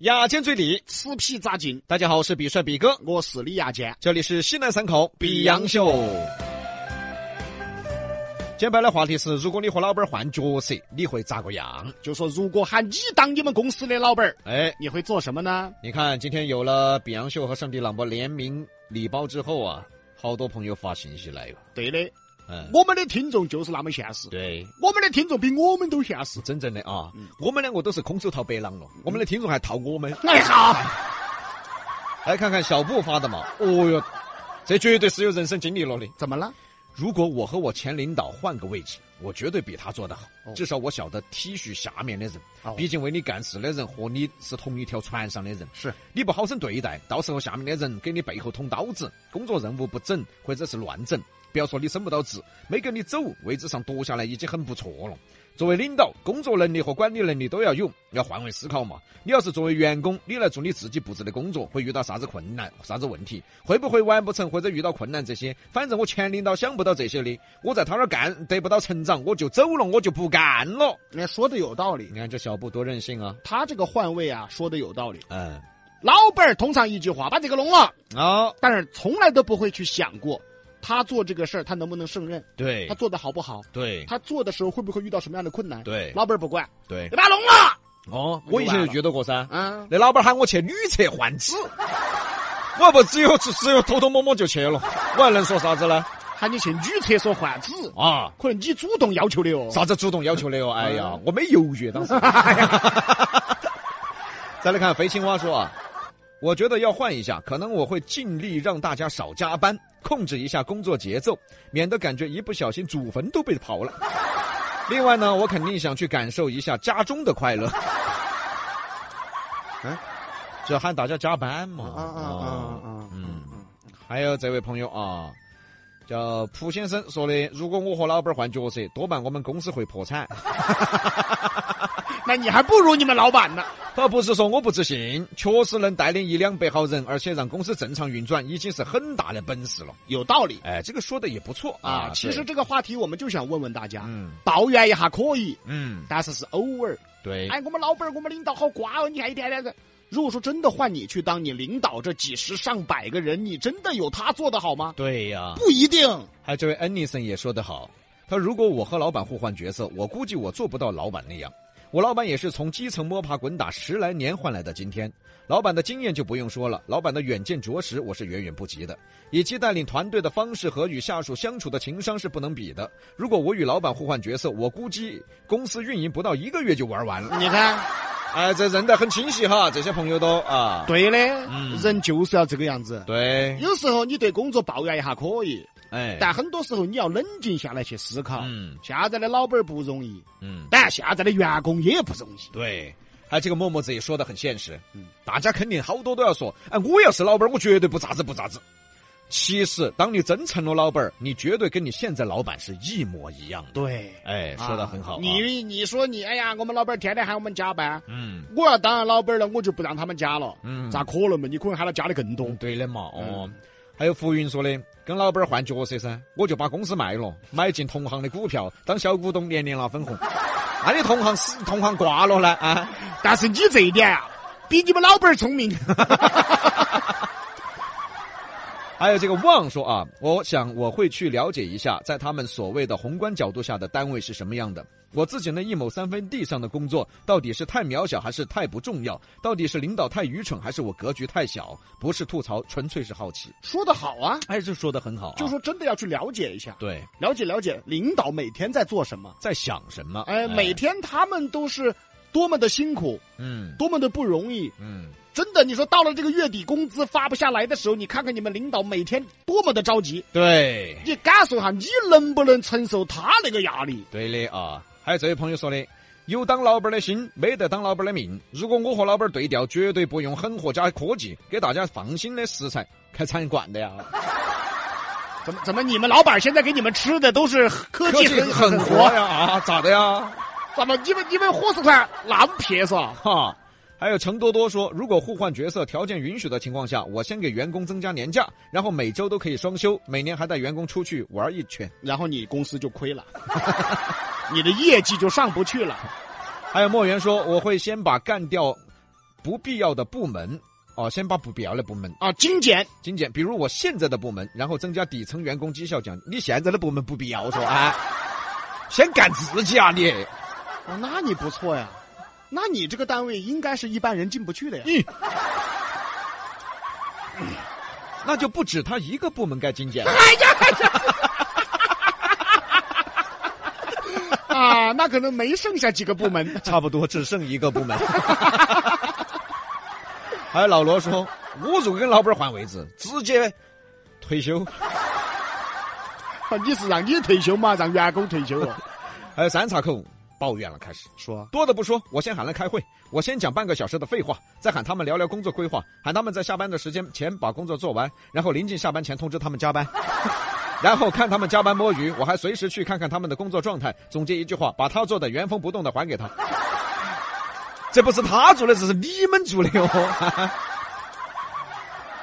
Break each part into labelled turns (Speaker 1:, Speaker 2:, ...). Speaker 1: 牙尖嘴利，
Speaker 2: 吃皮扎筋。
Speaker 1: 大家好，我是比帅比哥，
Speaker 2: 我是李亚坚，
Speaker 1: 这里是西南三口比洋秀。今天的话题是：如果你和老板换角色，你会咋个样？
Speaker 2: 就说如果喊你当你们公司的老板儿，
Speaker 1: 哎，
Speaker 2: 你会做什么呢？
Speaker 1: 你看，今天有了比洋秀和圣地朗博联名礼包之后啊，好多朋友发信息来了。
Speaker 2: 对的，
Speaker 1: 嗯，
Speaker 2: 我们的听众就是那么现实，
Speaker 1: 对，
Speaker 2: 我们的听众比我们都现实
Speaker 1: 是。真正的啊。
Speaker 2: 嗯
Speaker 1: 我们两个都是空手套白狼了，我们的听众还套我们。
Speaker 2: 哎 呀，
Speaker 1: 来看看小布发的嘛。哦哟，这绝对是有人生经历了的。
Speaker 2: 怎么了？
Speaker 1: 如果我和我前领导换个位置，我绝对比他做得好
Speaker 2: 哦。
Speaker 1: 至少我晓得 T 恤下面的人，
Speaker 2: 哦
Speaker 1: 毕竟为你干事的人和你是同一条船上的人，
Speaker 2: 是
Speaker 1: 你不好生对待，到时候下面的人给你背后捅刀子，工作任务不整或者是乱整，不要说你升不到职，没跟你走，位置上夺下来已经很不错了。作为领导，工作能力和管理能力都要有，要换位思考嘛。你要是作为员工，你来做你自己布置的工作，会遇到啥子困难、啥子问题，会不会完不成或者遇到困难这些，反正我前领导想不到这些的，我在他那儿干得不到成长，我就走了，我就不干了。
Speaker 2: 哎，说的有道理
Speaker 1: 你，看这小布多任性啊！
Speaker 2: 他这个换位啊，说的有道理。
Speaker 1: 嗯，
Speaker 2: 老板儿通常一句话把这个弄了，
Speaker 1: 哦，
Speaker 2: 但是从来都不会去想过，他做这个事儿他能不能胜任，
Speaker 1: 对
Speaker 2: 他做的好不好，
Speaker 1: 对
Speaker 2: 他做的时候会不会遇到什么样的困难？
Speaker 1: 对
Speaker 2: 老板儿不管，
Speaker 1: 对嗯
Speaker 2: 给，他弄了
Speaker 1: 哦，我以前就遇到过噻。
Speaker 2: 啊。
Speaker 1: 那老板喊我去女厕换 纸，我不只有只有偷偷摸摸就去了，我还能说啥子呢？
Speaker 2: 喊你去女厕所换纸，
Speaker 1: 啊，
Speaker 2: 可能你主动要求的哦。嗯
Speaker 1: 啥子主动要求 的哦？哎呀，我没犹豫当时。 再来看肥青蛙说啊，我觉得要换一下，可能我会尽力让大家少加班，控制一下工作节奏，免得感觉一不小心祖坟都被刨 了。另外呢，我肯定想去感受一下家中的快 乐。嗯，就喊大家加班嘛。
Speaker 2: 啊啊啊啊啊！
Speaker 1: 嗯，还有这位朋友啊，叫蒲先生说的，如果我和老板换角色，多半我们公司会破 产。
Speaker 2: 那你还不如你们老板呢。
Speaker 1: 倒不是说我不自信，确实能带领一两百号人，而且让公司正常运转，已经是很大的本事了。
Speaker 2: 有道理
Speaker 1: 哎，这个说的也不错
Speaker 2: 啊。其实
Speaker 1: 对
Speaker 2: 这个话题我们就想问问大家，
Speaker 1: 嗯
Speaker 2: 抱怨一下可以，
Speaker 1: 嗯，
Speaker 2: 但是是偶尔。
Speaker 1: 对，
Speaker 2: 哎，我们老板儿，我们领导好瓜哦，你还一天天的。如果说真的换你去当你领导这几十上百个人，你真的有他做的好吗？
Speaker 1: 对呀、
Speaker 2: 不一定。
Speaker 1: 还有这位恩尼森也说得好，他说如果我和老板互换角色，我估计我做不到老板那样。我老板也是从基层摸爬滚打十来年换来的今天，老板的经验就不用说了，老板的远见着实我是远远不及的，以及带领团队的方式和与下属相处的情商是不能比的。如果我与老板互换角色，我估计公司运营不到一个月就玩完了。
Speaker 2: 你看，
Speaker 1: 哎，这人的很清晰哈，这些朋友都啊，
Speaker 2: 对的，
Speaker 1: 嗯
Speaker 2: 人就是要这个样子。
Speaker 1: 对，
Speaker 2: 有时候你对工作抱怨一下可以，
Speaker 1: 哎，
Speaker 2: 但很多时候你要冷静下来去思考。
Speaker 1: 嗯
Speaker 2: 现在的老板儿不容易，
Speaker 1: 嗯。
Speaker 2: 但现在的员工也不容易。
Speaker 1: 对，还有这个默默子也说的很现实，
Speaker 2: 嗯
Speaker 1: 大家肯定好多都要说，哎，我要是老板儿，我绝对不咋子不咋子。其实，当你真成了老板儿，你绝对跟你现在老板是一模一样的。
Speaker 2: 对，
Speaker 1: 哎，说的很好、啊。
Speaker 2: 你你说你，哎呀，我们老板儿天天喊我们加班，
Speaker 1: 嗯
Speaker 2: 我要当了老板儿了，我就不让他们加了。
Speaker 1: 嗯，
Speaker 2: 咋可能嘛？你可能喊他加的更多。
Speaker 1: 对的嘛？哦，还有浮云说的，跟老板儿换角色噻，我就把公司卖了，买进同行的股票，当小股东，年年拿分红。 那你同行死同行挂了呢啊？
Speaker 2: 但是你这一点啊，比你们老板儿聪明。
Speaker 1: 还有这个旺说啊，我想我会去了解一下，在他们所谓的宏观角度下的单位是什么样的。我自己那一亩三分地上的工作，到底是太渺小还是太不重要？到底是领导太愚蠢还是我格局太小？不是吐槽，纯粹是好 奇。
Speaker 2: 说的好啊，
Speaker 1: 哎，这说的很好、啊，
Speaker 2: 就说真的要去了解一下，
Speaker 1: 对，
Speaker 2: 了解了解领导每天在做什么。
Speaker 1: 在想什么？
Speaker 2: 哎，每天他们都是多么的辛苦，
Speaker 1: 嗯
Speaker 2: 多么的不容易。
Speaker 1: 嗯，
Speaker 2: 真的，你说到了这个月底工资发不下来的时候，你看看你们领导每天多么的着急，
Speaker 1: 对。
Speaker 2: 你感受一下，你能不能承受他那个压力？
Speaker 1: 对的啊，还有这位朋友说的，有当老板的心，没得当老板的命。如果我和老板对调，绝对不用狠活加科技，给大家放心的食材，开产业馆的呀。
Speaker 2: 怎么怎么？你们老板现在给你们吃的都是科技很
Speaker 1: 很
Speaker 2: 活
Speaker 1: 活
Speaker 2: 呀？
Speaker 1: 呀啊，咋的呀？
Speaker 2: 怎么你们你们伙食团那么撇嗦？
Speaker 1: 哈。还有陈多多说，如果互换角色条件允许的情况下，我先给员工增加年假，然后每周都可以双休，每年还带员工出去玩一圈。
Speaker 2: 然后你公司就 亏了，你的业绩就上不去了。
Speaker 1: 还有莫言说，我会先把干掉不必要的部门。哦，先把不必要的部门
Speaker 2: 啊，精简，
Speaker 1: 精简，比如我现在的部门，然后增加底层员工绩效奖。你现在的部门不必要说 啊，先干自己啊你！
Speaker 2: 哦，那你不错呀，那你这个单位应该是一般人进不去的呀。
Speaker 1: 你，那就不止他一个部门该精简了。。
Speaker 2: 啊，那可能没剩下几个部门
Speaker 1: 差不多只剩一个部门。 还有老罗说，我如果跟老板儿换位置，直接退休。
Speaker 2: 啊你是让你退休嘛？让员工退休哦。
Speaker 1: 还有三岔口抱怨了，开始
Speaker 2: 说
Speaker 1: 多的不说，我先喊来开会，我先讲半个小时的废话，再喊他们聊聊工作规划，喊他们在下班的时间前把工作做完，然后临近下班前通知他们加班。 然后看他们加班摸鱼，我还随时去看看他们的工作状态，总结一句话，把他做的原封不动的还给他。这不是他做的，这是你们做的哦。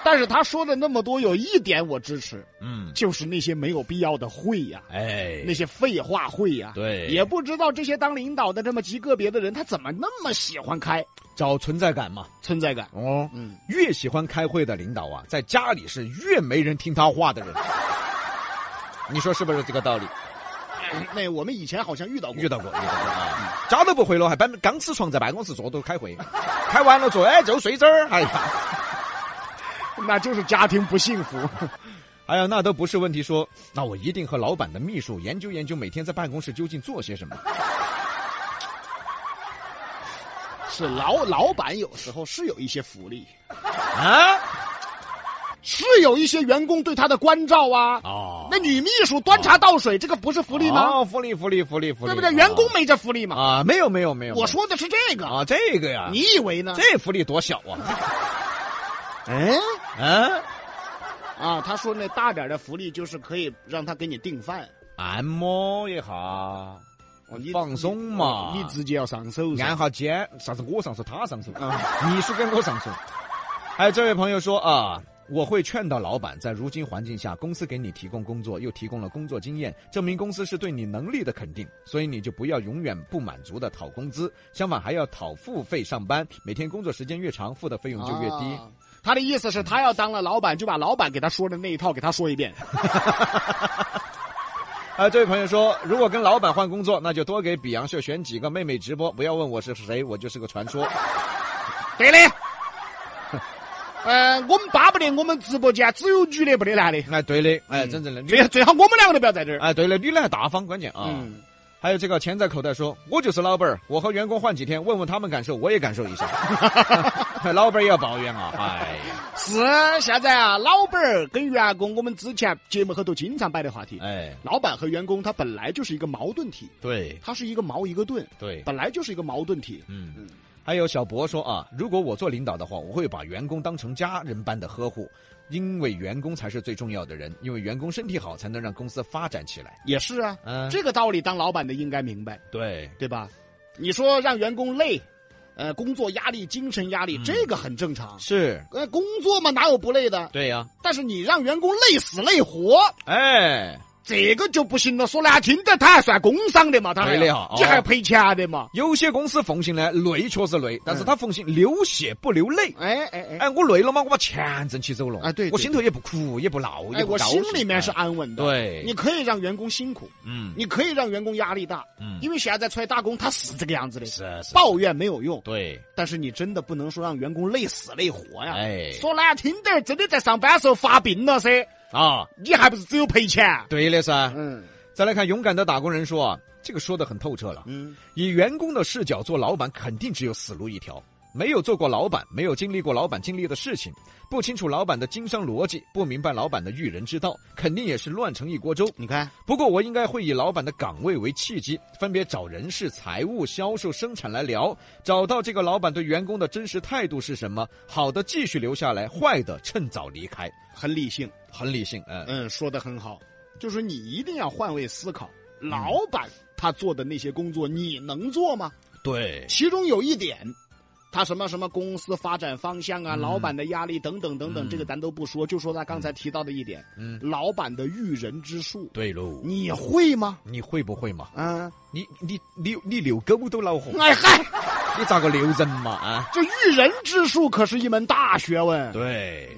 Speaker 2: 但是他说的那么多，有一点我支持，
Speaker 1: 嗯，
Speaker 2: 就是那些没有必要的会呀、
Speaker 1: 哎
Speaker 2: 那些废话会呀、
Speaker 1: 对
Speaker 2: 也不知道这些当领导的这么极个别的人，他怎么那么喜欢开
Speaker 1: 找存在感嘛。
Speaker 2: 存在感？
Speaker 1: 哦，
Speaker 2: 嗯，
Speaker 1: 越喜欢开会的领导啊，在家里是越没人听他话的人。你说是不是这个道理？
Speaker 2: 那我们以前好像遇到过
Speaker 1: 遇，到过，遇到过啊！家都不回了，还搬刚起床在办公室坐着开会，开完了说哎就睡这儿，哎呀，
Speaker 2: 那就是家庭不幸 福。
Speaker 1: 哎呀，那都不是问题说。那我一定和老板的秘书研究研究，每天在办公室究竟做些什么。
Speaker 2: 是老老板有时候是有一些福利，
Speaker 1: 啊
Speaker 2: 是有一些员工对他的关照啊。
Speaker 1: 哦
Speaker 2: 那女秘书端茶倒水，这个不是福利吗？
Speaker 1: 哦，福利福利福利福利，
Speaker 2: 对不对？员工
Speaker 1: 啊
Speaker 2: 没这福利嘛。
Speaker 1: 啊，没有没有没有，
Speaker 2: 我说的是这个，
Speaker 1: 啊，这个呀，
Speaker 2: 你以为呢？
Speaker 1: 这福利多小啊！
Speaker 2: 嗯
Speaker 1: 嗯，
Speaker 2: 啊，他说那大点儿的福利就是可以让他给你订饭，
Speaker 1: 按摩一下，
Speaker 2: 哦你
Speaker 1: 放松嘛
Speaker 2: 你你哦直接要上手噻
Speaker 1: 按下肩，啥子我上手，他上手，
Speaker 2: 啊，
Speaker 1: 秘书跟我上手。还有这位朋友说啊，我会劝导老板，在如今环境下，公司给你提供工作，又提供了工作经验，证明公司是对你能力的肯定，所以你就不要永远不满足的讨工资，相反还要讨付费上班，每天工作时间越长，付的费用就越低。
Speaker 2: 啊他的意思是，他要当了老板，就把老板给他说的那一套给他说 一遍。
Speaker 1: 啊，这位朋友说，如果跟老板换工作，那就多给比洋秀选几个妹妹直播，不要问我是谁，我就是个传说。
Speaker 2: 对的。呃，我们巴不得我们直播间只有女的，不得男的。
Speaker 1: 哎，对的，哎，真正的女
Speaker 2: 最，最好我们两个都不要在这儿。
Speaker 1: 哎，对的，女的还大方，关键啊。
Speaker 2: 嗯，
Speaker 1: 还有这个钱在口袋说，我就是老板儿，我和员工换几天，问问他们感受，我也感受一下。 老板儿也要抱 怨啊，哎呀，
Speaker 2: 是现在啊，老板儿跟员工，我们之前节目后头经常摆的话题。
Speaker 1: 哎，
Speaker 2: 老板和员工他本来就是一个矛盾体，
Speaker 1: 对
Speaker 2: 他是一个矛一个盾，
Speaker 1: 对，
Speaker 2: 本来就是一个矛盾体。
Speaker 1: 嗯
Speaker 2: 嗯。
Speaker 1: 还有小博说啊，如果我做领导的话，我会把员工当成家人般的呵护，因为员工才是最重要的人，因为员工身体好，才能让公司发展起来。
Speaker 2: 也是啊，
Speaker 1: 嗯，
Speaker 2: 这个道理当老板的应该明白，
Speaker 1: 对，
Speaker 2: 对吧？你说让员工累，呃，工作压力、精神压力，
Speaker 1: 嗯
Speaker 2: 这个很正常。
Speaker 1: 是，
Speaker 2: 呃，工作嘛，哪有不累的？
Speaker 1: 对呀、
Speaker 2: 但是你让员工累死累活，
Speaker 1: 哎，
Speaker 2: 这个就不行了。说难听的，他还算工伤的嘛，他还
Speaker 1: 对的哈
Speaker 2: 你
Speaker 1: 哦
Speaker 2: 还赔钱的嘛？
Speaker 1: 有些公司奉行呢，累确实累，但是
Speaker 2: 嗯
Speaker 1: 他奉行流血不流泪。
Speaker 2: 哎哎哎，
Speaker 1: 哎，我累了嘛，我把钱挣起走了。
Speaker 2: 啊对对
Speaker 1: 我心头也不哭，也不闹，也
Speaker 2: 哎，
Speaker 1: 不
Speaker 2: 我
Speaker 1: 高
Speaker 2: 心
Speaker 1: 兴
Speaker 2: 里面是
Speaker 1: 哎
Speaker 2: 安稳的。，
Speaker 1: 对，
Speaker 2: 你可以让员工辛苦，
Speaker 1: 嗯
Speaker 2: 你可以让员工压力大，
Speaker 1: 嗯，
Speaker 2: 因为现在出来打工他是这个样子的，
Speaker 1: 是 是，
Speaker 2: 抱怨没有用。
Speaker 1: 对，
Speaker 2: 但是你真的不能说让员工累死累活呀。
Speaker 1: 哎
Speaker 2: 说难听点儿，真的在上班时候发病了噻，
Speaker 1: 啊，
Speaker 2: 你还不是只有赔钱？
Speaker 1: 对的噻。
Speaker 2: 嗯
Speaker 1: 再来看勇敢的打工人说啊，这个说的很透彻了。
Speaker 2: 嗯，
Speaker 1: 以员工的视角做老板，肯定只有死路一条。没有做过老板，没有经历过老板经历的事情，不清楚老板的经商逻辑，不明白老板的育人之道，肯定也是乱成一锅粥。
Speaker 2: 你看，
Speaker 1: 不过我应该会以老板的岗位为契机，分别找人事、财务、销售、生产来聊，找到这个老板对员工的真实态度是什么，好的继续留下来，坏的趁早离开，
Speaker 2: 很理性，
Speaker 1: 很理性。嗯，
Speaker 2: 嗯，说的很好，就是你一定要换位思考，
Speaker 1: 嗯
Speaker 2: 老板他做的那些工作你能做吗？
Speaker 1: 对，
Speaker 2: 其中有一点。他什么什么公司发展方向啊，
Speaker 1: 嗯
Speaker 2: 老板的压力等等等等，
Speaker 1: 嗯
Speaker 2: 这个咱都不说，就说他刚才提到的一点，
Speaker 1: 嗯，
Speaker 2: 老板的育人之术，
Speaker 1: 对喽。
Speaker 2: 你会吗？
Speaker 1: 你会不会嘛？
Speaker 2: 嗯，
Speaker 1: 你你你你遛狗都恼火，
Speaker 2: 哎嗨，
Speaker 1: 你咋个留人嘛啊？
Speaker 2: 这育人之术可是一门大学问。
Speaker 1: 对，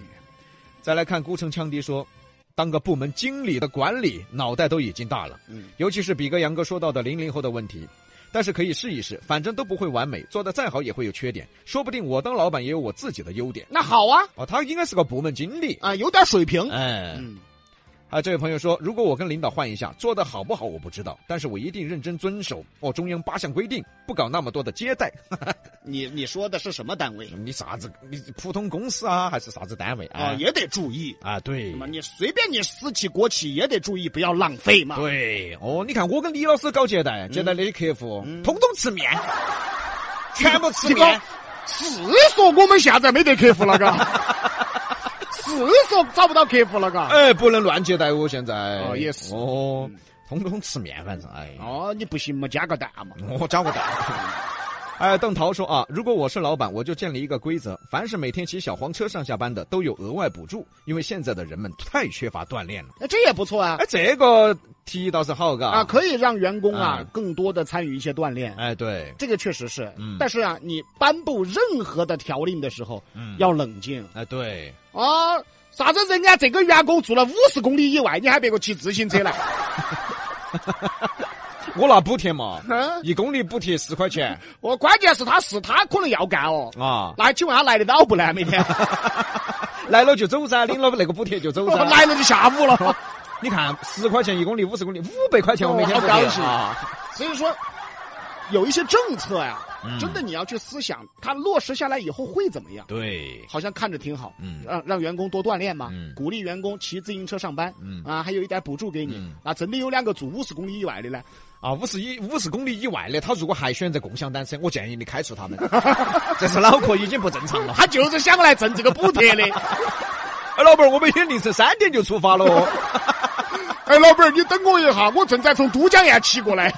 Speaker 1: 再来看孤城羌笛说，当个部门经理的管理，脑袋都已经大了。
Speaker 2: 嗯，
Speaker 1: 尤其是比哥、杨哥说到的零零后的问题，但是可以试一试，反正都不会完美，做的再好也会有缺点，说不定我当老板也有我自己的优点。
Speaker 2: 那好啊，
Speaker 1: 哦，他应该是个部门经理。
Speaker 2: 啊，有点水平。
Speaker 1: 哎，
Speaker 2: 嗯，
Speaker 1: 还有这位朋友说，如果我跟领导换一下，做的好不好我不知道，但是我一定认真遵守哦中央八项规定，不搞那么多的接待。
Speaker 2: 你你说的是什么单位
Speaker 1: 你啥子？你普通公司啊，还是啥子单位
Speaker 2: 啊？
Speaker 1: 啊？
Speaker 2: 也得注意。
Speaker 1: 啊，对
Speaker 2: 那么你随便你私企国企也得注意，不要浪费嘛。
Speaker 1: 对，哦，你看我跟李老师搞接待，接待的客户
Speaker 2: 嗯
Speaker 1: 通通吃面， 全部吃
Speaker 2: 这
Speaker 1: 面
Speaker 2: 个。哎是说我们现在没得客户了，嘎。 是说找不到客户了，嘎。
Speaker 1: 哎，不能乱接待我现在。
Speaker 2: 哦也是
Speaker 1: 哦，通通吃面，反正哎。
Speaker 2: 哦，你不行嘛，加个蛋嘛。
Speaker 1: 我加个蛋。 哎，邓桃说啊，如果我是老板，我就建立一个规则：凡是每天骑小黄车上下班的，都有额外补助，因为现在的人们太缺乏锻炼了。
Speaker 2: 哎，这也不错啊。
Speaker 1: 哎，这个提议倒是好，嘎。
Speaker 2: 啊，可以让员工啊
Speaker 1: 嗯
Speaker 2: 更多的参与一些锻炼，
Speaker 1: 哎，对，
Speaker 2: 这个确实是
Speaker 1: 嗯。
Speaker 2: 但是啊，你颁布任何的条令的时候
Speaker 1: 嗯，
Speaker 2: 要冷静
Speaker 1: 哎对，
Speaker 2: 啊。啥子？人家这个员工做了五十公里以外，你喊别个骑自行车 来？
Speaker 1: 我拿补贴嘛，
Speaker 2: 嗯
Speaker 1: 一公里补贴十块钱
Speaker 2: 我关键是他是他可能要干哦。
Speaker 1: 啊，
Speaker 2: 那请问他来得到不呢？每 天
Speaker 1: 来了就走噻，领了那个补贴就 走噻。
Speaker 2: 来了就下午 了。
Speaker 1: 你看，十块钱一公里，五十公里，五百块钱，我每天
Speaker 2: 哦
Speaker 1: 补
Speaker 2: 好
Speaker 1: 贴
Speaker 2: 高兴
Speaker 1: 啊。
Speaker 2: 所以说，有一些政策呀、
Speaker 1: 嗯
Speaker 2: 真的你要去思想，它落实下来以后会怎么样？
Speaker 1: 对，
Speaker 2: 好像看着挺好，
Speaker 1: 嗯
Speaker 2: 让让员工多锻炼嘛，
Speaker 1: 嗯
Speaker 2: 鼓励员工骑自行车上班，
Speaker 1: 嗯
Speaker 2: 啊，还有一点补助给你，
Speaker 1: 嗯
Speaker 2: 啊，真的有两个住五十公里以外的呢，
Speaker 1: 啊，五十一五十公里以外的，他如果还选择共享单车，我建议你开除他 们，这是脑壳已经不正常了。
Speaker 2: 他就是想来挣这个补贴的。
Speaker 1: 哎，老板儿，我每天凌晨三点就出发了哦。
Speaker 2: 哎，老板儿，你等我一下，我正在从都江堰骑过来。